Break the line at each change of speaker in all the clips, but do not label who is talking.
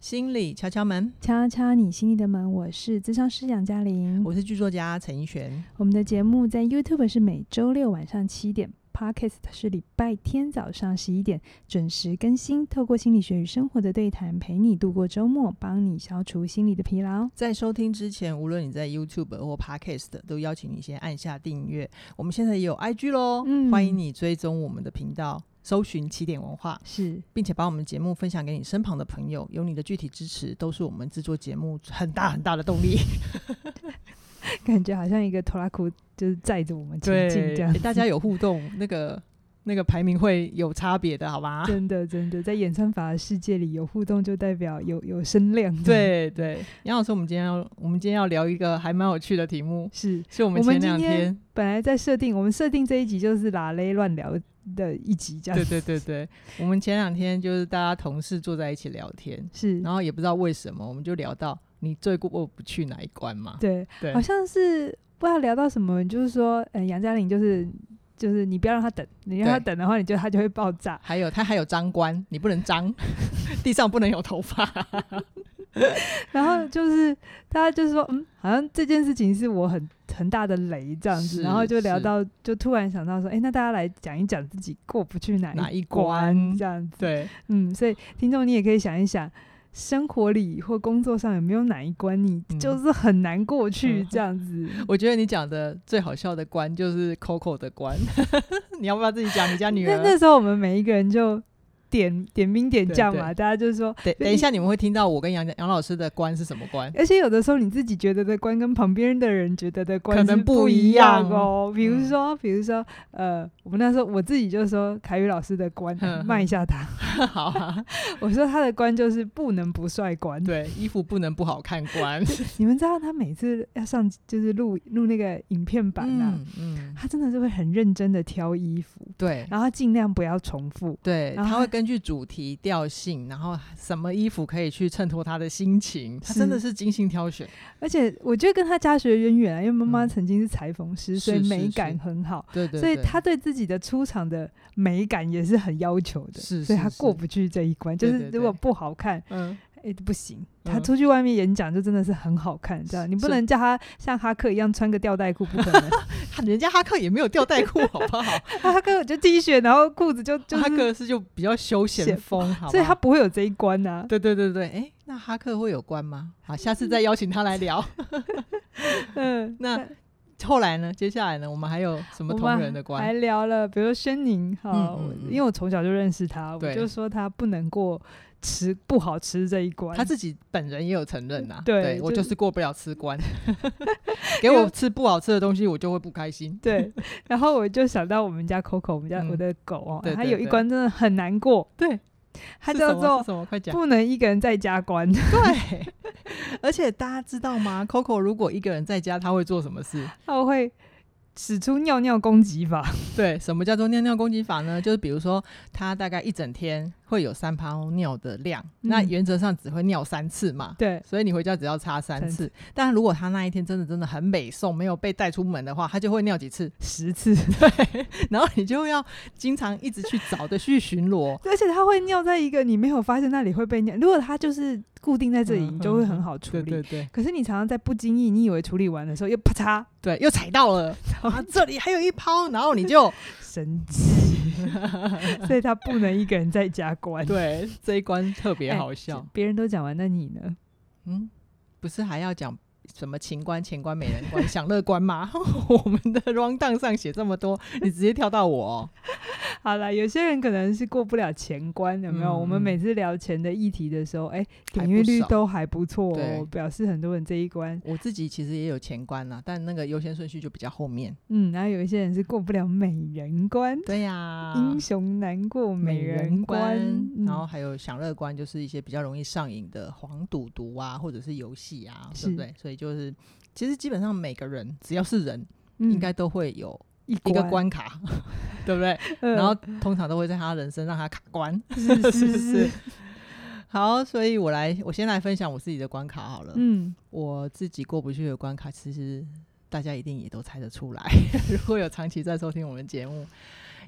心理敲敲门，
敲敲你心里的门，我是咨商师杨嘉玲。
我是剧作家陈奕璇。
我们的节目在 YouTube 是每周六晚上七点，Podcast 是礼拜天早上十一点准时更新。透过心理学与生活的对谈，陪你度过周末，帮你消除心理的疲劳。
在收听之前，无论你在 YouTube 或 Podcast，都邀请你先按下订阅。我们现在也有 IG 喽，
嗯
欢迎你追踪我们的频道，搜寻起点文化，
是
并且把我们节目分享给你身旁的朋友。有你的具体支持，都是我们制作节目很大很大的动力。
感觉好像一个拖拉库，就是载着我们前进 这样
哎诶。大家有互动，那个那个排名会有差别的，好吧？
真的真的，在演算法的世界里，有互动就代表有有声量。，
对 对，杨老师，我们今天要我们今天要聊一个还蛮有趣的题目，
是
是我们
我们
前两
今天本来在设定，我们设定这一集就是拉勒乱聊的一集，这样
对对对对，我们前两天就是大家同事坐在一起聊天，
是
然后也不知道为什么，我们就聊到你最过不去哪一关嘛？
对，
对
好像是不知道聊到什么，你就是说，呃，杨嘉玲就是就是你不要让她等，你让她
对
等的话，你就她就会爆炸。
还有他还有张冠，你不能张， 地上不能有头 发。
然后就是大家就是说，嗯，好像这件事情是我很很大的雷这样子，
是
然后就聊
是
到，就突然想到说，哎、那大家来讲一讲自己过不去哪
哪一
关
关
这样子。
对，
嗯，所以听众你也可以想一想。生活里或工作上有没有哪一关你
嗯
就是很难过去
嗯
这样子？
我觉得你讲的最好笑的关就是 Coco 的关， 你要不要自己讲？你啊家女
那
儿
那？时候我们每一个人就点点兵点
对
将
对
嘛，大家就说，
等等一下，你们会听到我跟杨杨老师的关是什么关？
而且有的时候你自己觉得的关跟旁边的人觉得的关
可能
是
不一
一样
样
哦。比如
嗯
说，比如说，呃，我们那时候我自己就说凯宇老师的关
嗯嗯
骂一下他，
好啊，
我说他的关就是不能不帅关。
对，衣服不能不好看关。
你们知道他每次要上就是录录那个影片版啊，
嗯嗯，
他真的是会很认真的挑衣服，
对
然后他尽量不要重复。
对，
然后
他
他
会根据主题调性，然后什么衣服可以去衬托他的心情，他真的
是
是精心挑选。
而且我觉得跟他家学渊源啊，因为妈妈
嗯
曾经是裁缝师，
是
所以
是
美
是
感很好。
对对
所以
对
他对自己的出场的美感也是很要求的，
是
所以
是
他
是
过不去这一关，就
对
是
对对
如果不好看，
嗯，
哎、不行，他
嗯
出去外面演讲就真的是很好看，这样
是
你不
是
能叫他像哈克一样穿个吊带裤，不可 能，
他人家哈克也没有吊带裤，好 不好？
哈克就 T 恤，然后裤子就就是，
哈克是就比较休
闲
闲风，好不好，啊
所以他不会有这一关啊呐、
对对对对，哎，那哈克会有关吗？好，下次再邀请他来 聊。
嗯，
那后来呢？接下来呢？我们还有什么
我
同
们
人的
还
关？
聊了，比如说轩宁哈，
嗯嗯
因为我从小就认识他，我
对啊
就说他不能过吃不好吃这一关，
他自己本人也有承认呐、
嗯对
我
就
就是是过不了吃 关，给
因
我
为
吃不好吃的东西，我就会不开心。
对，然后我就想到我们家 Coco，我们家、
嗯
我的狗哦，
对
它
对
有一
对
关真的很难过，
对，
它
是
叫
什么
做
是什么？快讲。
不能一个人在家关。
对， 而且大家知道吗？Coco 如果一个人在家，他会做什么事？
它会使出尿尿攻击法，
对，什么叫做尿尿攻击法呢？就是比如说，他大概一整天会有三泡尿的量，那
嗯
原则上只会尿三次嘛。
对，
所以你回家只要擦三
三
次，但如果他那一天真的真的很美送，没有被带出门的话，他就会尿几次，
十 次，。
然后你就要经常一直去找的去巡逻
而且它会尿在一个你没有发现那里会被尿。如果它就是固定在这里，
嗯
你就会很好处理。
对
可是你常常在不经意，你以为处理完的时候，又啪嚓，
对，又踩到了， 啊，这里还有一泡，然后你就
神奇， 所以它不能一个人在家 关。
对这一关特别
哎
好笑。
别人都讲完，那你呢？
嗯，不是还要讲什么情关、钱关、美人关、享乐关吗？ 我们的 round down 上写这么多，你直接跳到我、哦。
好啦，有些人可能是过不了钱关，有没有？
嗯
我们每次聊钱的议题的时候，哎、
还
点阅率
不少
都还不错哦
对，
表示很多人这一关。
我自己其实也有钱关啦，但那个优先顺序就比较后面。
嗯，然后有一些人是过不了美人关，
对呀、
英雄难过美人关，嗯
然后还有享乐关，就是一些比较容易上瘾的黄赌毒啊，或者是游戏啊，对
是
不对？所以就是，其实基本上每个人只要是人，
嗯
应该都会有
一
一个，关卡， 对不对？
呃
然后通常都会在他人生让他卡 关。
是是
是
是
不是好，所以我来，我先来分享我自己的关卡好了。
嗯，
我自己过不去的关卡，其实大家一定也都猜得出来。 如果有长期在收听我们节目，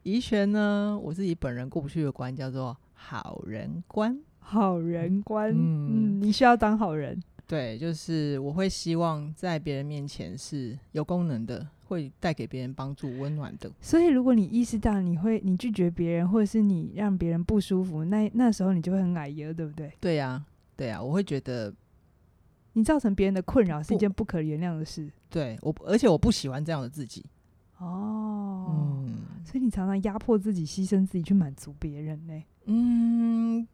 怡璇呢，我自己本人过不去的关叫做好人关。
好人观。
嗯
嗯，你需要当好人。
对，就是我会希望在别人面前是有功能的，会带给别人帮助、温暖的。
所以，如果你意识到你会你拒绝别人，或者是你让别人不舒服，那那时候你就会很矮油，对不对？
对呀、对呀、我会觉得，
你造成别人的困扰是一
不
件不可原谅的事。
对我，而且我不喜欢这样的自己。
哦，
嗯
所以你常常压迫自己，牺牲自己去满足别人呢、
嗯，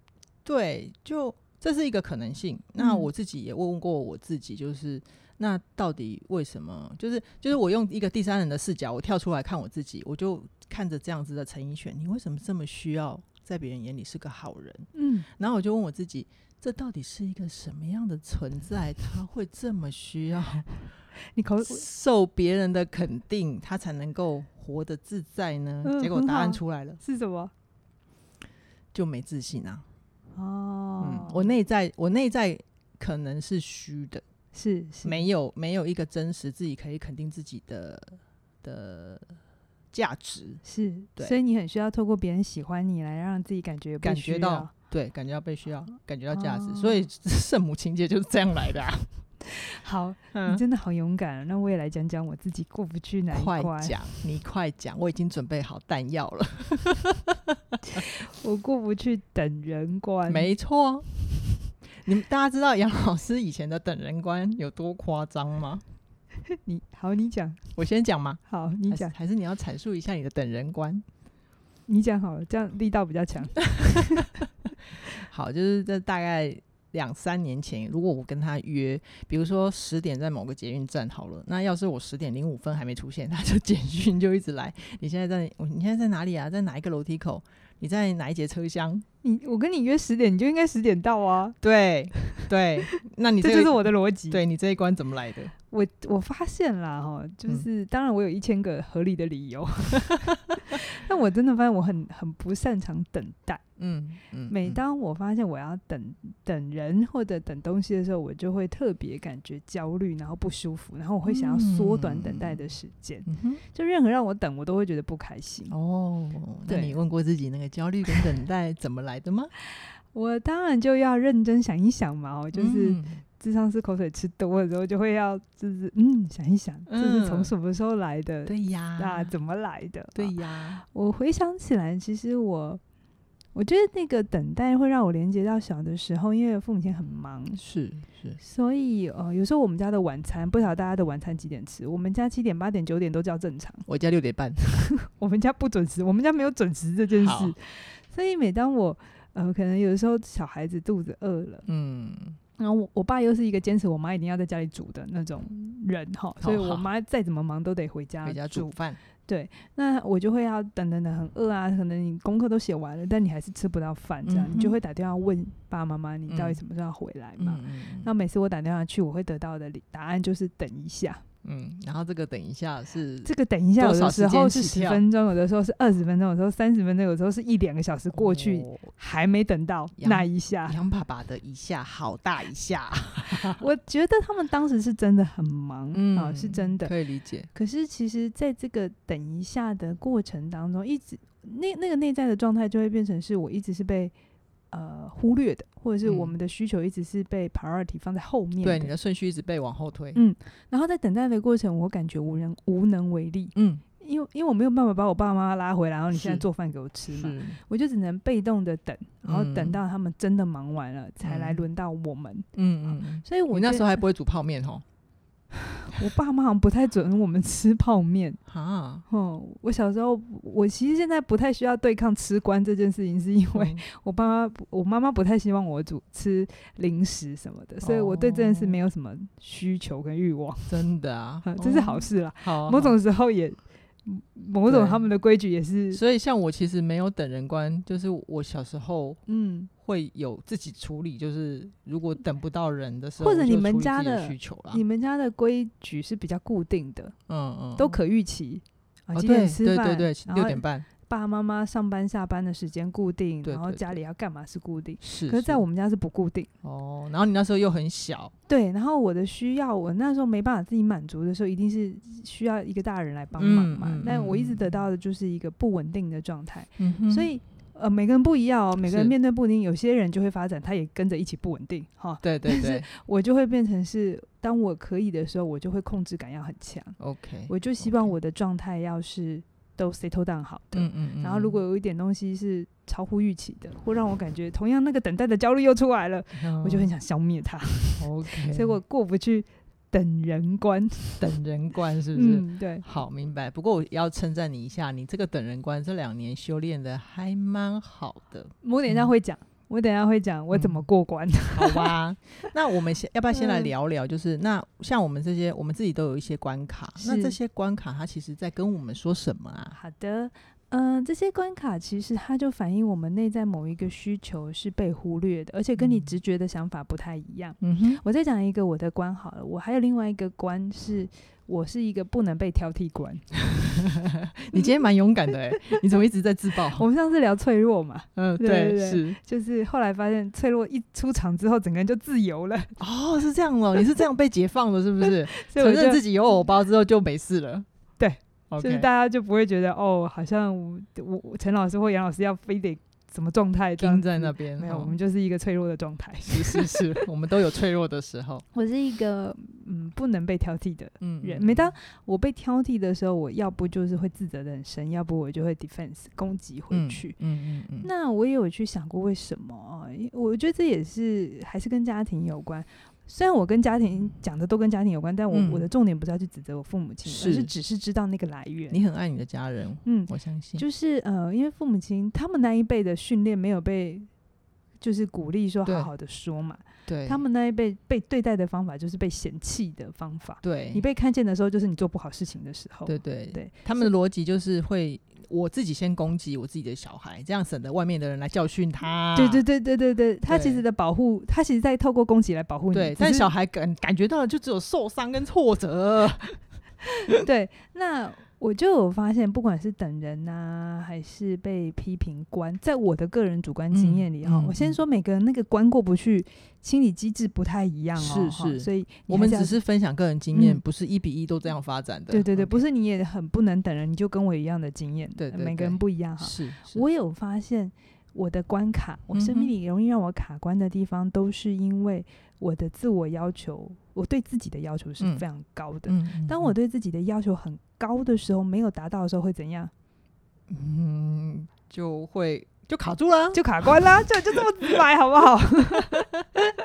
对，就这是一个可能性。那
嗯
我自己也问过我自己，就是那到底为什么？就是就是我用一个第三人的视角，我跳出来看我自己，我就看着这样子的陈奕迅，你为什么这么需要在别人眼里是个好人？
嗯，
然后我就问我自己，这到底是一个什么样的存在？他会这么需 要
你口
受别人的肯定，他才能够活得自在 呢？
嗯
结果
很
答案
好
出来了，
是什么？
就没自信啊。
哦，
嗯，我内在，我内在可能是虚的，
是是
没有没有一个真实自己可以肯定自己的的价值，
是，
对
所以你很需要透过别人喜欢你来让自己感觉被
感
需
觉
要
到对，感觉到被需要，感觉到价值，
哦
所以 圣母情节就是这样来的、 啊。
好，你
嗯，
真的好勇敢啊。那我也来讲讲我自己过不去哪一
快
关。
讲，你快讲，我已经准备好弹药了。
我过不去等人关。
没错，你们大家知道杨老师以前的等人观有多夸张吗？
你好，你讲
我先讲吗？
好，你
还是
讲
还是你要阐述一下你的等人观？
你讲好了，这样力道比 较强。
好，就是在大概两三年前，如果我跟他约，比如说十点在某个捷运站好了，那要是我十点零五分还没出现，他 就简讯就一直来，你现在在，你现在在哪里啊？在哪一个楼梯口？你在哪一节车厢？
你我跟你约十点，你就应该十点到啊，
对对，那你
这
这
就是
个
我的逻辑。
对你这一关怎么来的？
我我发现啦，哈，
嗯
就是、当然我有一千个合理的理由， 但我真的发现我很很不擅长等待。
嗯嗯，
每
嗯
当我发现我要等等人或者等东西的时候，我就会特别感觉焦虑，然后不舒服，然后我会想要缩短等待的时间。
嗯哼
就任何让我等，我都会觉得不开心。
哦，那
对
你问过自己那个焦虑跟等待怎么来的吗？
我当然就要认真想一想嘛，我 就是
嗯
智商是口水吃多了之后，就会要就是嗯想一想，这是从
嗯
什么时候来的？
对呀，
那怎么来的？啊
对呀，
我回想起来，其实我我觉得那个等待会让我连接到小的时候，因为父母亲很忙，
是是，
所以呃，有时候我们家的晚餐，不晓得大家的晚餐几点吃？我们家七点、八点、九点都叫正常，
我家六点半，
我们家不准时，我们家没有准时这件
好
事。所以每当我呃，可能有的时候小孩子肚子饿了，
嗯。
然后我我爸又是一个坚持我妈一定要在家里煮的那种人哈，所以
哦好好
我妈再怎么忙都得回家
回家煮饭。
那我就会要等等等，很饿啊，可能你功课都写完了，但你还是吃不到饭，这样、
嗯哼
你就会打电话问爸爸妈妈，你到底
嗯
什么时候要回来嘛？
嗯，
那每次我打电话去，我会得到的理答案就是等一下。
嗯，然后这个等一下是
这个等一下，有
多少
的
时
时候
间
是
起
十
跳
分钟，有的时候是二十分钟，有的时候三十分钟，有的时候是一两个小时过去、
哦
还没等到
呀
那一下。
杨爸爸的一下好大一
啊
下，
我觉得他们当时是真的很忙，
嗯
啊，是真的。
可以理解。
可是其实，在这个等一下的过程当中，一直那那个内在的状态就会变成是我一直是被呃忽略的，或者是
嗯
我们的需求一直是被 priority 放在后面
对，你
的
的顺序一直被往后推。
嗯然后在等待的过程，我感觉无能无能为力，
嗯，
因为因为我没有办法把我爸爸妈妈拉回来，然后你现在
是
做饭给我吃嘛，
是，
我就只能被动的等，然后等
嗯
到他们真的忙完了，才来
嗯
轮到我们。
嗯嗯。
所以我
我那
觉
时候还不会煮泡面哦，
我爸妈好像不太准我们吃泡面。
啊，
哦，我小时候，我其实现在不太需要对抗吃官这件事情，是因为
嗯
我爸妈不，我妈妈不太希望我煮吃零食什么的，所以我对这件事
哦
没有什么需求跟欲望，
真的啊
啊，这是 好
哦
事啦。
好啊
某。
好
种时候也，嗯某种
对
他们的规矩也是，
所以像我其实没有等人观，就是我小时候
嗯，
会有自己处理，就是如果等不到人的时候，
或者
我就
你们
处理
家
自己
的
需求啦。
你们家的规矩是比较固定的，
嗯嗯，
都可预期。啊，
哦
几
对
点吃
对
饭？
对对，
然
六
后
点半
爸爸妈妈上班下班的时间固定，
对
然后
对
家里要干嘛是固定。
是。
可是，在
是
我们家是不固定。
哦，然后你那时候又很小，
对，然后我的需要，我那时候没办法自己满足的时候，一定是需要一个大人来帮忙
嗯
嘛
嗯。
但我一直
嗯
得到的就是一个不稳定的状态，
嗯哼
所以呃，每个人不一样哦，每个人
是
面对不一定，有些人就会发展，他也跟着一起不稳定哈。
对 对对
我就会变成是，当我可以的时候，我就会控制感要很强，
，OK，
我就希望我的状态要是都 settle down 好的。
嗯嗯嗯，
然后，如果有一点东西是超乎预期的，会让我感觉同样那个等待的焦虑又出来了，我就很想消灭它，
嗯 OK，
所以我过不去等人关。
等人关是不是？
嗯，对，
好，明白。不过我要称赞你一下，你这个等人关这两年修炼的还蛮好的，
我等一下会讲，我等一下会讲我怎么过关。
好吧？那我们先要不要先来
嗯
聊聊？就是、那像我们这些，我们自己都有一些关卡，那
是
这些关卡它其实在跟我们说什么啊？
好的，嗯、这些关卡其实它就反映我们内在某一个需求是被忽略的，而且跟你
嗯
直觉的想法不太一样。
嗯哼，
我再讲一个我的关好了，我还有另外一个关是，我是一个不能被挑剔 官。
你今天蛮勇敢的哎、你怎么一直在自爆？
我们上次聊脆弱嘛，
嗯，
对对对
是
就是后来发现脆弱一出场之后，整个人就自由了，
哦，是这样哦，你是这样被解放的，是不 是？
所以我
承认
就
自己有偶包之后就没事了。
对
，OK，
就是大家就不会觉得哦，好像我我陈老师或杨老师要非得什么状态这样
盯在
子
那边，
没有，
哦
我们就是一个脆弱的状态。
是是是，我们都有脆弱的时 候。
我是一个嗯不能被挑剔的
嗯，
人，
嗯
每当我被挑剔的时候，我要不就是会自责的很深，要不我就会 defense 攻击回去。
嗯嗯嗯，
那我也有去想过为什么啊？因我觉得这也是还是跟家庭有关。虽然我跟家庭讲的都跟家庭有关，但我、
嗯
我的重点不是要去指责我父母亲，
是
而是只是知道那个来源。
你很爱你的家人，
嗯，
我相信。
就是呃，因为父母亲他们那一辈的训练没有被就是鼓励说
对
好好的说嘛，
对，
他们那一辈被对待的方法就是被嫌弃的方法。
对
你被看见的时候，就是你做不好事情的时候。
对对
对，
他们的逻辑就是会我自己先攻击我自己的小孩，这样省得外面的人来教训他。
对对对对对对，他其
对
实的保护，他其实在透过攻击来保护你。
对，
只
但
是
小孩感感觉到的就只有受伤跟挫折。
对，那我就有发现，不管是等人呐、还是被批评官，在我的个人主观经验里哈、
嗯嗯
我先
嗯
说每个人那个关过不去，心理机制不太一样哦，
是
哈
是
所以你
我
还
们
要
只是分享个人经验，
嗯
不是一比一都这样发展的。
对对对，不
是
是你也很不能等人，你就跟我一样的经验，
对对
每个
对
人不一样哈。
是，是
我有发现我的关卡，我
嗯
生
哼
命里容易让我卡关的地方，都是因为我的自我要求，我对自己的要求是
嗯
非常高的。
嗯嗯
当我对自己的要求很高的时候，没有达到的时候会怎样？
嗯就会就卡住了啊。
就卡关啦，就就这么直白，好不好？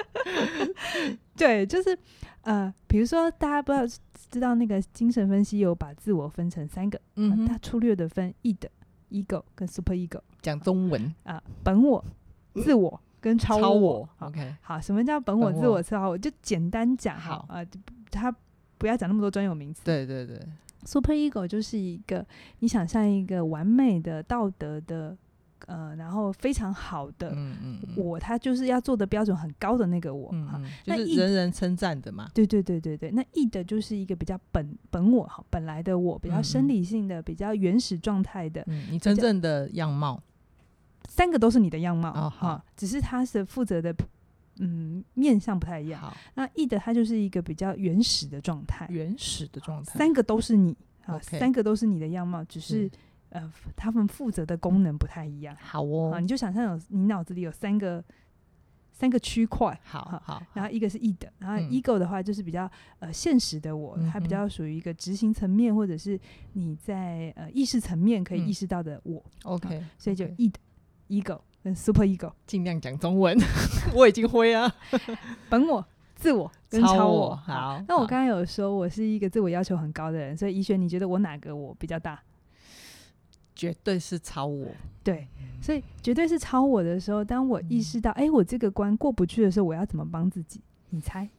对，就是呃，比如说大家不知道知道那个精神分析有把自我分成三个，
嗯
它
哼，
呃粗略的分 id、ego 跟 super ego
讲中文，
啊、本我、自我跟超
超
我
我。
好
OK，
好，什么叫本我、
本
自我、
我
自我？我就简单讲哈
好
啊、就不它不要讲那么多专有名词。
对对对，
Super Ego 就是一个你想象一个完美的道德的，呃，然后非常好的、
嗯嗯嗯
呃我，他就是要做的标准很高的那个我。
嗯
哈
嗯，就
那
是
一
人人称赞的嘛。
对对对对对，那 E 的就是一个比较本本我哈，本来的我，比较
嗯
生
嗯
理性的、比较原始状态的，
嗯，你真正的样貌，
三个都是你的样貌
哦
哈、
好
只是他是负责的嗯面相不太一样。
好，
那 E 的它就是一个比较原始的状态，
原始的状态。
三个都是你啊
OK
三个都是你的样貌，只是呃他们负责的功能不太一样
好
啊。
哦，
你就想象有你脑子里有三个三个区块。
好
好
好好，
然后一个是 E 的，然后
嗯
ego 的话就是比较呃现实的我，它比
嗯哼
较属于一个执行层面，或者是你在呃意识层面可以
嗯
意识到的我，
OK，
所以就
OK
E 的 ego 跟 super ego。
尽量讲中文， 我已经会啊，
本我、自我跟
超
超
我
好
好
那我
好
刚刚有说我是一个自我要求很高的人，所以怡璇，你觉得我哪个我比较大？
绝对是超我。
对，所以绝对是超我的时候，当
嗯
我意识到，哎、我这个关过不去的时候，我要怎么帮自己？你猜？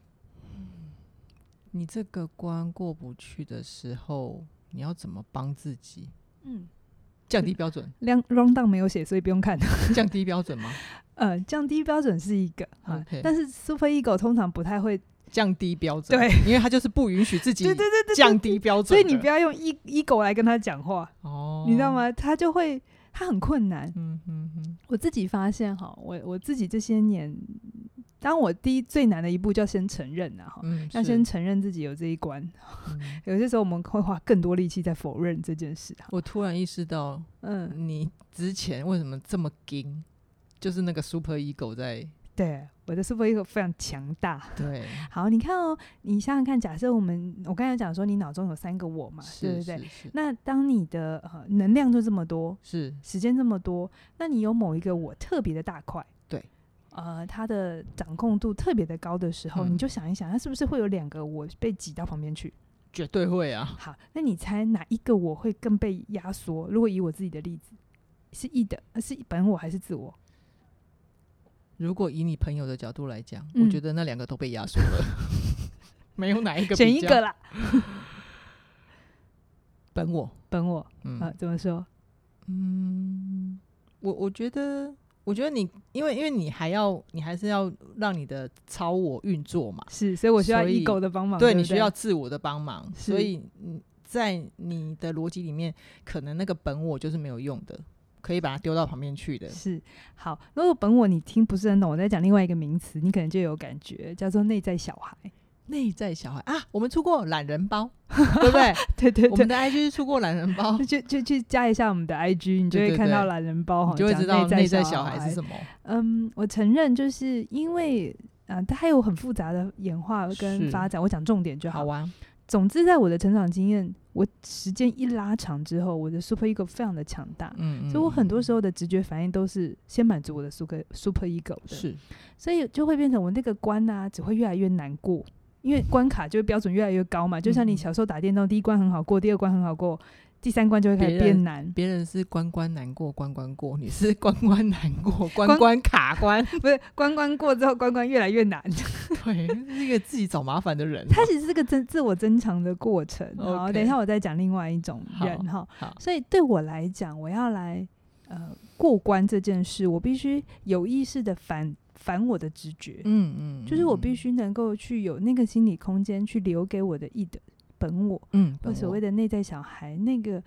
你这个关过不去的时候，你要怎么帮自己
嗯，
降低标准？
量 round down 没有写，所以不用看。
降低标准吗？
呃，降低标准是一个啊
OK
但是 super ego 通常不太会。
降低标准，
对，
因为他就是不允许自己
对对对对，
降低标
所
准
以
的，
你不要用 e ego 来跟他讲话，
哦，
你知道？吗？他就会他很困难。
嗯嗯嗯，
我自己发现哈，我我自己这些年当然我第一最难的一步叫先承认啊，哈、
嗯，
要
是
先承认自己有这一关。
嗯
有些时候我们会花更多力气在否认这件事哈。
我突然意识到，
嗯，
你之前为什么这么硬，就是那个 super ego 在
对，我的 super ego 非常强大。
对，
好，你看哦，你想想看，假设我们我刚才讲说，你脑中有三个我嘛，对
是
不对？
是是
那当你的呃能量就这么多，
是
时间这么多，那你有某一个我特别的大块，
对，
呃，它的掌控度特别的高的时候，
嗯
你就想一想，它是不是会有两个我被挤到旁边去？
绝对会啊，
好，那你猜哪一个我会更被压缩？如果以我自己的例子，是 E 的，呃是本我还是自我？
如果以你朋友的角度来讲，
嗯
我觉得那两个都被压缩了， 没有哪一个
选
比
一
较
个啦，
本我。
本我
嗯、
啊、怎么说？
嗯，我我觉得，我觉得你，因为因为你还要，你还是要让你的超我运作嘛，
是，所以我需要
所
E
以
g 的帮忙，
嗯对
不
你需要自我的帮忙，所
是
以你在你的逻辑里面，可能那个本我就是没有用的，可以把它丢到旁边去的。
是好。如果本我你听不是很懂，我再讲另外一个名词，你可能就有感觉，叫做内在小孩。
内在小孩啊，我们出过懒人包， 对不对？
对对
我
对
们，的 IG 出过懒人包
那，就就去加一下我们的 IG，你就
对
会
对
看到
对
懒人包哈，
你就会
讲
知道哦内
内
在
小
小孩是什么。
嗯，我承认，就是因为啊，呃它还有很复杂的演化跟
是
发展。我讲重点就好。
好啊玩，
总之，在我的成长经验，我时间一拉长之后，我的 super ego 非常的强大。
嗯，
所以我很多
候
时候的直觉反应都是先满足我的 super super ego 的，
嗯是
所以就会变成我那个关啊，只会越来越难过，因为关卡就标准越来越高嘛。就像你
嗯
小时候打电动，第一关很好过，第二关很好过，第三关就会开始
别人
变难。
别人是关关难过关关过，你是关关难过关
关
关卡 关，
不是关关过之后，关关越来越难。
对，是一个自己找麻烦的人啊。
它其实是个增自我增强的过程。好，
OK
等一下我再讲另外一种人哈。
好，
所以对我来讲，我要来呃过关这件事，我必须有意识的反反我的直觉，
嗯嗯，
就是我
嗯
必，须能够去有那个心理空间去留给我的意的本我，
嗯，
或
懂
所
我
谓的内在小孩那个。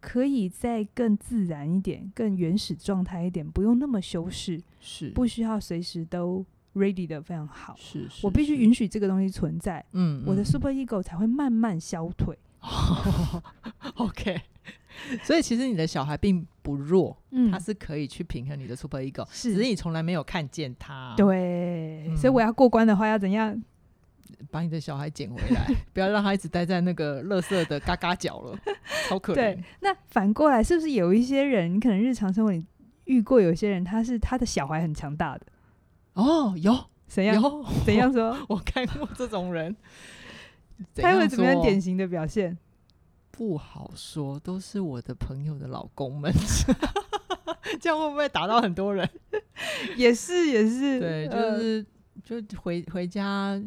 可以再更自然一点，更原始状态一点，不用那么修
嗯
饰，
是
不需要随时都 ready 的非常好。
是，是
我必须
是
允许这个东西存在，
嗯，
我的
嗯
super ego 才会慢慢消退。
OK，所以其实你的小孩并不弱，
嗯
他是可以去平衡你的 super ego，只是
是，
你从来没有看见他，，
对，所以
嗯
我要过关的话，要怎样？
把你的小孩捡回来， 不要让他一直待在那个垃圾的嘎嘎角了，超可
对
怜。
那反过来，是不是有一些人，你可能日常生活里遇过有些人，他是他的小孩很强大的，
哦，有
怎样
有，
怎 样说？
我看过这种 人，
他会怎么样
说
典型的表现？
不好说，都是我的朋友的老公们， 这样会不会打到很多人？
也是，也是，
对，就
呃
是、就回回家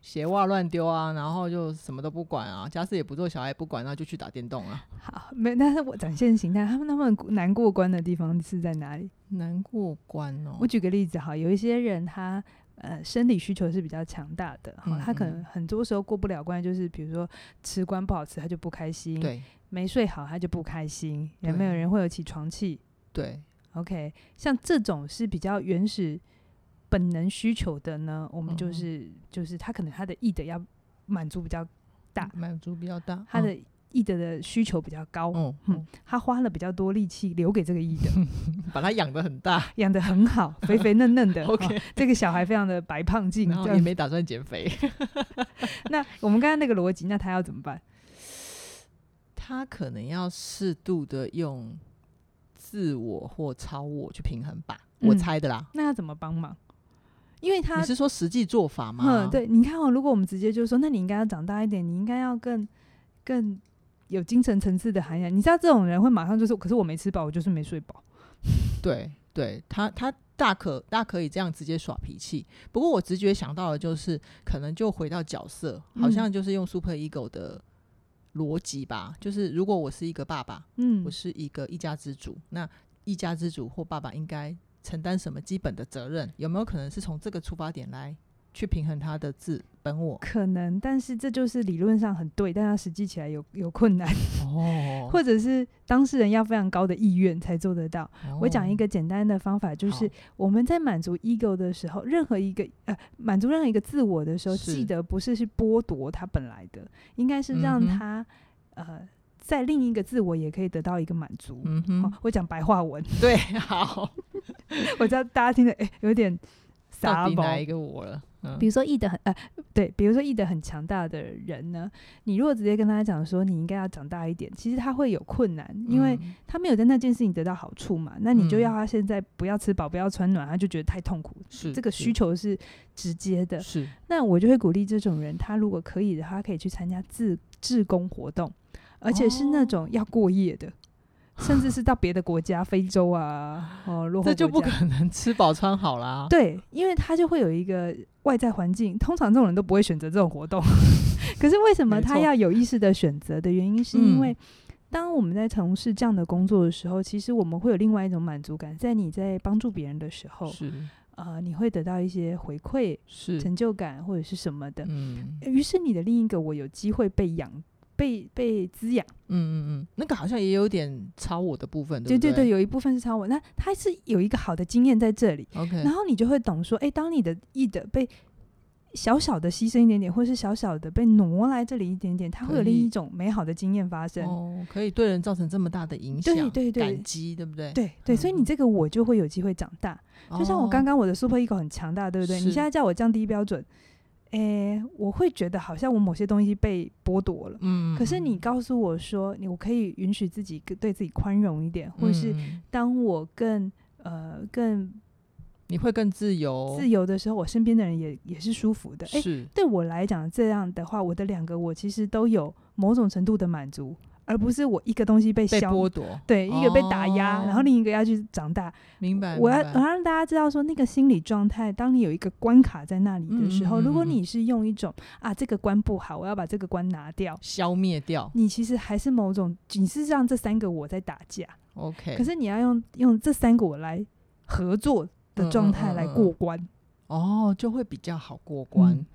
鞋袜乱丢啊，然后就什么都不管啊，家事也不做，小孩也不管，然后就去打电动啊。
好，没，但是我展现形态，他们他们难过关的地方是在哪里？
难过关哦，
我举个例子哈，有一些人他呃生理需求是比较强大的哈，
嗯
他可
嗯
能很多时候过不了关，就是比如说吃关不好吃，他就不开心，
对
没睡好他就不开心，有没有
对
人会有起床气
对，
？OK，像这种是比较原始本能需求的呢，我们就
嗯
是、就是他可能他的意的要满足比较，
嗯
大
满足比较大，
他的意的的需求比较高，
嗯
嗯
嗯，
他花了比较多力气留给这个意的，
嗯把他养的很 大
养的很好，肥肥嫩嫩 的
，OK，、
哦这个小孩非常的白胖净，
然后
这
也
样。
没打算减肥，
那我们刚刚那个逻辑，那他要怎么办？
他可能要适度的用自我或超我去平衡吧，我
嗯
猜的啦。
那要怎么帮忙？因为他
你是说实际做法吗？
嗯，，对，你看哦，如果我们直接就说，那你应该要长大一点，你应该要更更有精神层次的涵养。你知道这种人会马上就说，可是我没吃饱，我就是没睡饱。
对对，他他大可大可以这样直接耍脾气。不过我直觉想到的就是，可能就回到角色，好
嗯
像就是用 super ego 的逻辑吧。就是如果我是一个爸爸，
嗯
我是一个一家之主，那一家之主或爸爸应该承担什么基本的责任？有没有可能是从这个出发点来？去平衡他的自本我。
可能，但是这就是理论上很对，但它实际起来有有困难，
哦，
或者是当事人要非常高的意愿才做得到。
哦
我讲一
个，
个简单的方法，就是
好
我们在满足 ego 的时候，任何一个呃满足任何一个自我的时候，
是
记得不是去剥夺他本来的，应该是让
嗯哼
他、呃在另一个自我也可以得到一个满足。
嗯
哦
哼，
我讲白话文，
对，好，
我知道大家听的诶、有点
到
傻
底
包。
哪一个我了？嗯
比如说 E 的很呃，对，比如说 E 的很强大的人呢，你如果直接跟他讲说你应该要长大一点，其实他会有困难，因为
嗯
他没有在那件事情得到好处嘛。那你就
嗯
要他现在不要吃饱，不要穿暖，他就觉得太痛苦。
是
这个需求是直接的
是，是
那我就会鼓励这种人，他如果可以的话，他可以去参加自志工活动，而且是那
哦
种要过夜的，甚至是到别的国家，非洲啊，哦，落后
这就
国
不
家
可能吃饱穿好啦。
对，因为他就会有一个外在环境，通常这种人都不会选择这种活动。 可是为什么
没
他
错
要有意识的选择的原因，是因
嗯
为当我们在从事这样的工作的时候，其实我们会有另外一种满足感，在你在帮助别人的时候，
是
呃，你会得到一些回馈、
是，
成就感或者是什哦么的。
嗯嗯
于是你的另一个我有机会被养、被被滋养。
嗯嗯，那个好像也有点超我的部分，
对
不对
对对，有一部分是超我，那他是有一个好的经验在这里。
，OK，哦
然后你就会懂说，诶，当你的意的被小小的牺牲一点点，或是小小的被挪来这里一点点，它会有
可
另一
以
种美好的经验发生。
哦，可以对人造成这么大的影响，
对对对
感激，对不对？，
对对，所以你
嗯哦
这个我就会有机会长大。就像我刚刚我的 super ego 很强大，对不对？你
是
现在叫我降低标准，诶，我会觉得好像我某些东西被剥夺了。
嗯，
可是你告诉我说，你我可以允许自己更对自己宽容一点，或是
嗯嗯
当我更呃更
你会更自由，
自由的时候，我身边的人也也是舒服的。诶，
是
对我来讲，这样的话，我的两个我其实都有某种程度的满足，而不是我一个东西被
被
消，
剥夺，
对，一个被打压，
哦
然后另一个要去长大。
明白？
我要
明
我
白
要让大家知道说，那个心理状态，当你有一个关卡在那里的时
嗯
候，
嗯嗯
如果
嗯
你是用一种啊这个关不好，我要把这个关拿掉。
消灭掉
你其实还是某种，你是让这三个我在打架，
，OK，
可是你要用用这三个我来合作
嗯
的状态来过关。
哦，就会比较好过关。
嗯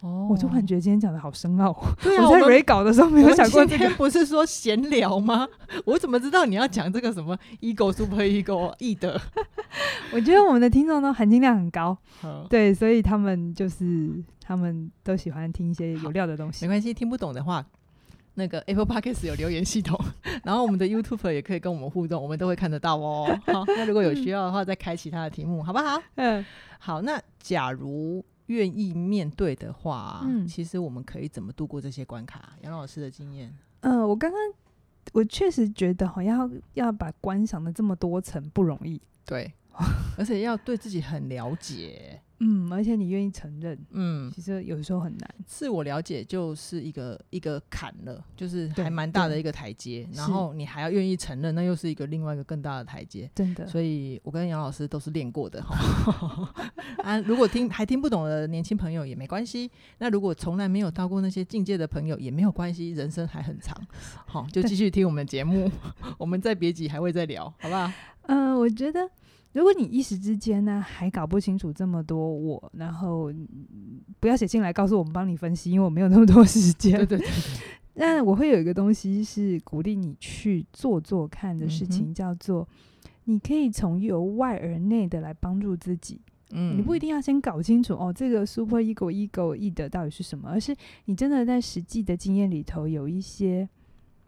哦，
我突然觉得今天讲的好深奥哦，
对啊，
我在
们
re 稿的时候没
我
有
们
想过这
今
个。
天不是说闲聊吗？我怎么知道你要讲这个什么 ego super ego 易德？
我觉得我们的听众都含金量很高，
好
对，所以他们就是他们都喜欢听一些有料的东
没
西。
关系，听不懂的话，那个 Apple Podcast 有留言系统，然后我们的 YouTube 也可以跟我们互动，我们都会看得到哦。好，那如果有需要的话，再开其他的题目，好不好？
嗯，
好，那假如愿意面对的话，
嗯
其实我们可以怎么度过这些关卡？杨老师的经验，
呃，我刚刚我确实觉得好要要把观想的这么多层不容易，
对， 而且要对自己很了解，
嗯，而且你愿意承认，
嗯，
其实有时候很难。
自我了解就是一个一个坎了，就是
对
还蛮大的
对
一个台阶，
是
然后你还要愿意承认，那又是一个另外一个更大的台阶。
真的，
所以我跟杨老师都是练过的哈。 啊，如果听还听不懂的年轻朋友也没关系，那如果从来没有到过那些境界的朋友也没有关系，人生还很长。好，就继续听我们的节目， 我们在别集还会再聊，好不好？
呃，我觉得如果你一时之间呢还搞不清楚这么多我，然后嗯不要写信来告诉我们帮你分析，因为我没有那么多时间
对。对对，
那我会有一个东西是鼓励你去做做看的事
嗯
情，叫做你可以从由外而内的来帮助自己。
嗯
你不一定要先搞清楚哦，这个 super ego ego e 的到底是什么，而是你真的在实际的经验里头有一些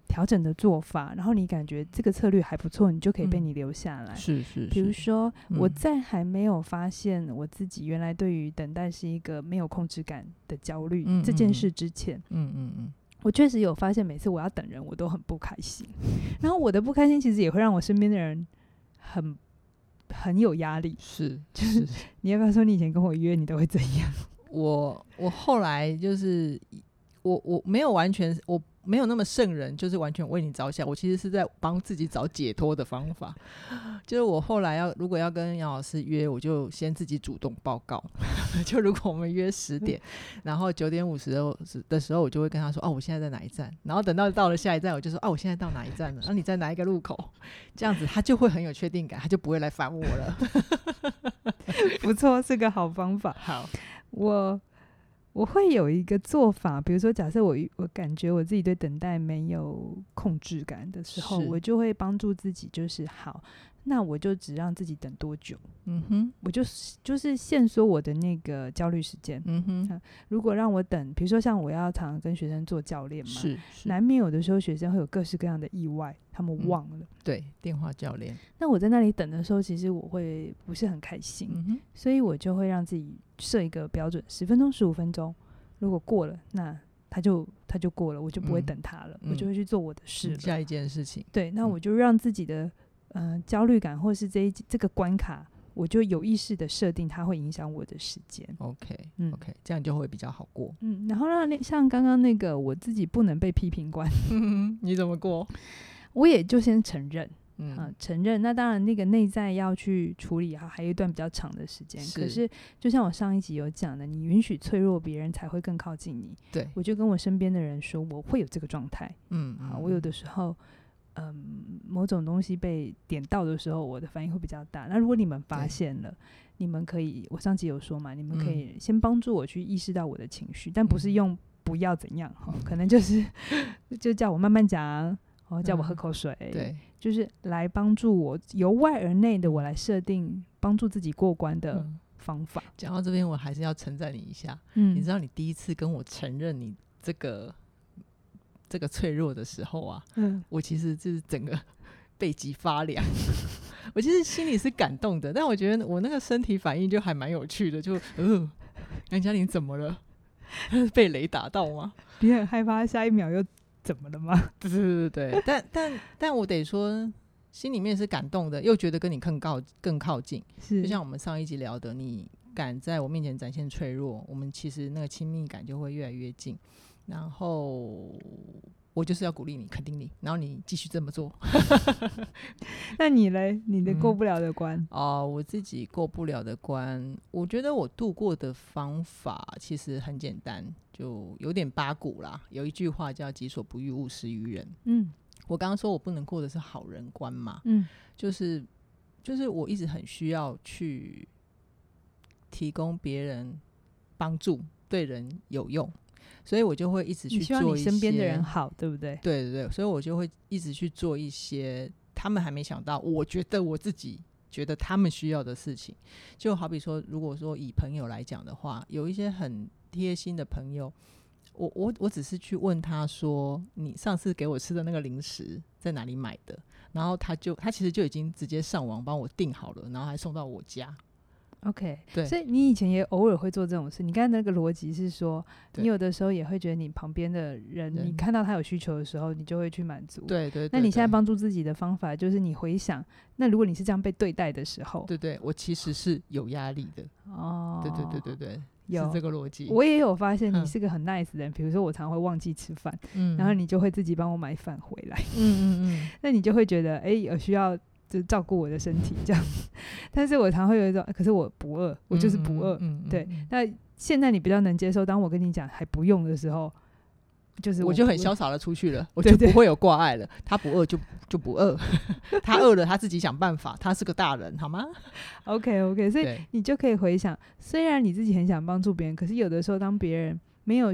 调整的做法，然后你感觉这个策略还不错，你就可以被
嗯
你留下来。
是是，
比如
是
说，我
嗯
在还没有发现我自己原来对于等待是一个没有控制感的焦虑、
嗯
这
嗯
件
嗯
事之前，
嗯嗯嗯，
我确实有发现，每次我要等人，我都很不开心。然后我的不开心其实也会让我身边的人很很有压力。
是是。
你要不要说你以前跟我约，你都会怎样？
我我后来就是我我没有完全我没有那么圣人，就是完全为你着想。我其实是在帮自己找解脱的方法。就是我后来要如果要跟杨老师约，我就先自己主动报告。 就如果我们约十点，然后九点五十的时候，我就会跟他说：“哦，我现在在哪一站？”然后等到到了下一站，我就说：“哦，我现在到哪一站了？那、你在哪一个路口？”这样子他就会很有确定感，他就不会来烦我了。
不错，是个好方法。
好，
我我会有一个做法，比如说，假设我我感觉我自己对等待没有控制感的时候，
是
我就会帮助自己，就是好，那我就只让自己等多久，
嗯哼，
我就是就是限缩我的那个焦虑时间。
嗯哼，
如果让我等，比如说像我要常常跟学生做教练嘛，
是是，
难免有的时候学生会有各式各样的意外，他们
嗯
忘了。
对，电话教练，
那我在那里等的时候，其实我会不是很开心，
嗯哼，
所以我就会让自己设一个标准，十分钟、十五分钟。如果过了，那他就他就过了，我就不会
嗯
等他了，
嗯
我就会去做我的事
是
了。
下一件事情，
对，那
嗯
我就让自己的呃焦虑感，或是这一这个关卡，我就有意识的设定它会影响我的时间。
哦 OK，OK，、
嗯
OK，这样就会比较好过。
嗯，然后让那像刚刚那个我自己不能被批评官，
嗯你怎么过？
我也就先承认。
嗯，
嗯，承认。那当然，那个内在要去处理哈，还有一段比较长的时间。可
是
是，就像我上一集有讲的，你允许脆弱，别人才会更靠近你。
对，
我就跟我身边的人说，我会有这个状态
嗯，
啊，
嗯
我有的时候。嗯，某种东西被点到的时候，我的反应会比较大。那如果你们发
对
现了，你们可以，我上集有说嘛，你们可
嗯
以先帮助我去意识到我的情绪，但不是
嗯
用不要怎样哈，可能就是就叫我慢慢讲，哦，叫我喝
嗯
口水，
对，
就是来帮助我由外而内的我来设定帮助自己过关的
嗯
方法。
讲到这边，我还是要称赞你一下。
嗯
你知道，你第一次跟我承认你这个这个脆弱的时候啊，
嗯
我其实就是整个背脊发凉。 我其实心里是感动的，但我觉得我那个身体反应就还蛮有趣的，就呃，杨嘉玲怎么了？ 被雷打到吗？
你很害怕下一秒又怎么了吗？
对对对对，但但但我得说，心里面是感动的，又觉得跟你更靠更靠近。
是，
就像我们上一集聊的，你敢在我面前展现脆弱，我们其实那个亲密感就会越来越近。然后我就是要鼓励你，肯定你，然后你继续这么做。
那你嘞，你的过
嗯
不了的关，
哦，我自己过不了的关，我觉得我度过的方法其实很简单，就有点八股啦。有一句话叫“己所不欲，勿施于人
嗯”。
我刚刚说我不能过的是好人关嘛，
嗯
就是就是我一直很需要去提供别人帮助，对人有用，所以我就会一直去
你希
做一
望
些
你身边的人好，对不对？
对对对，所以我就会一直去做一些他们还没想到，我觉得我自己觉得他们需要的事情。就好比说，如果说以朋友来讲的话，有一些很贴心的朋友，我我我只是去问他说，你上次给我吃的那个零食在哪里买的？然后他就他其实就已经直接上网帮我订好了，然后还送到我家。
OK，
对
所以你以前也偶尔会做这种事。你刚才那个逻辑是说，
对
你有的时候也会觉得你旁边的人，你
人
看到他有需求的时候，你就会去满足。，
对对对
哦那你现在
对
帮助自己的方法就是你回想，那如果你是这样被对待的时候，
对对，我其实是有压力的。
哦，
对对对对对，
有
是这个逻辑。
我也有发现你
嗯
是个很 nice 的人，比如说我常会忘记吃饭，
嗯
然后你就会自己帮我买饭回来，
嗯嗯嗯，
那你就会觉得哎、诶有需要就照顾我的身体这样。 但是我常会有一种，可是我不饿，我就是不饿。
嗯，嗯嗯
对
嗯
那现在你比较能接受，当我跟你讲还不用的时候，就是
我就很
不
潇洒的出 去了，我
对
就
对
不会有挂碍了。他不饿就就不饿， 他饿了他自己想办法，他是个大人，好吗？
OK OK，所以
对，
你就可以回想，虽然你自己很想帮助别人，可是有的时候当别人没有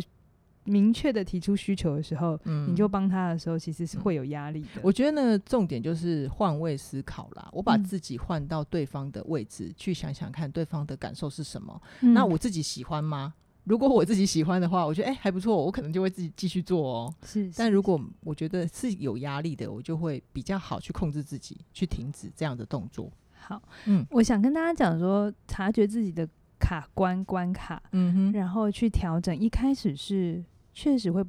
明确的提出需求的时候，
嗯
你就帮他的时候，其实是
嗯
会有压力的。
我觉得那个重点就是换位思考啦，我把
嗯
自己换到对方的位置、去想想看对方的感受是什么。
嗯
那我自己喜欢吗？如果我自己喜欢的话，我觉得哎、还不错，我可能就会自己继续做哦。
是，
但
是
如果我觉得是有压力的，我就会比较好去控制自己，去停止这样的动作。
好，
嗯
我想跟大家讲说，察觉自己的卡关关卡，
嗯，
然后去调整。一开始是确实会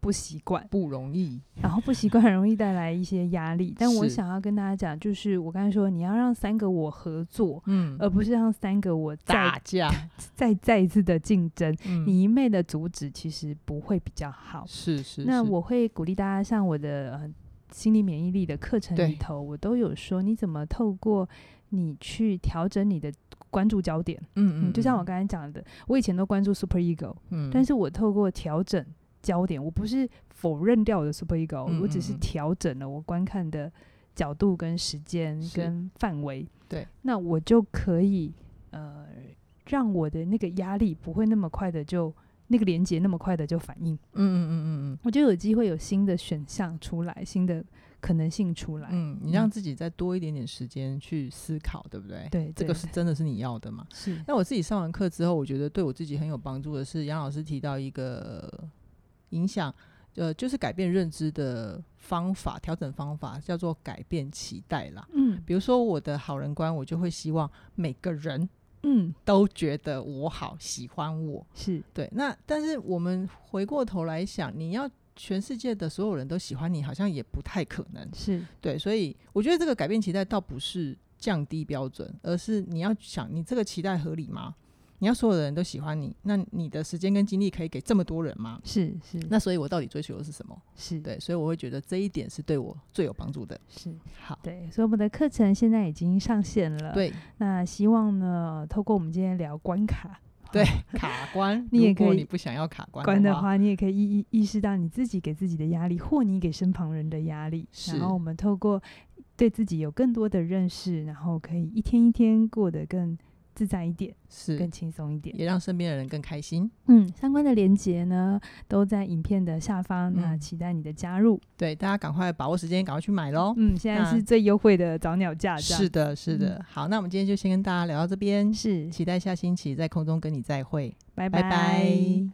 不习惯，
不容易。
然后不习惯很容易带来一些压力。但我
是
想要跟大家讲，就是我刚才说，你要让三个我合作，
嗯，
而不是让三个我
打
再
架，
再再一次的竞争。
嗯
你一昧的阻止，其实不会比较好。
是是，
那
是
我会鼓励大家上我的呃心理免疫力的课程里
对
头，我都有说你怎么透过你去调整你的关注焦点。
嗯
嗯，就像我刚才讲的，我以前都关注 super ego，、
嗯，
但是我透过调整焦点，我不是否认掉我的 super ego，、
嗯
我只是
嗯嗯
调整了我观看的角度、跟时间、
是
跟范围。
对，
那我就可以呃让我的那个压力不会那么快的就那个连接那么快的就反应。
嗯嗯嗯
我觉得有机会有新的选项出来，新的可能性出来。
嗯嗯，你让自己再多一点点时间去思考，对不对？
对，
这
对
个是真的是你要的嘛？
是
那我自己上完课之后，我觉得对我自己很有帮助的是，杨老师提到一个影响，呃，就是改变认知的方法，调整方法叫做改变期待啦。
嗯
比如说我的好人观，我就会希望每个人
嗯
都觉得我好，喜欢我。
是
对，那但是我们回过头来想，你要全世界的所有人都喜欢你，好像也不太可能。
是
对，所以我觉得这个改变期待倒不是降低标准，而是你要想，你这个期待合理吗？你要所有的人都喜欢你，那你的时间跟精力可以给这么多人吗？
是是
那所以，我到底追求的是什么？
是
对，所以我会觉得这一点是对我最有帮助的。
是
好，
对，所以我们的课程现在已经上线了。，
对
那希望呢，透过我们今天聊关卡
对，卡关，
你也
如果
可以
你不想要卡关
关
的
的，话，你也可以意意意识到你自己给自己的压力，或你给身旁人的压力。
是
然后我们透过对自己有更多的认识，然后可以一天一天过得更自在一点，
是
更轻松一点。
也让身边的人更开心。
嗯，相关的连接呢都在影片的下方，那
嗯
期待你的加入。
对，大家赶快把握时间，赶快去买喽。
嗯，现在
哦那
是最优惠的早鸟价，这样嗯
是的，是的。好，那我们今天就先跟大家聊到这边，
是，
期待下星期在空中跟你再会。
拜
拜拜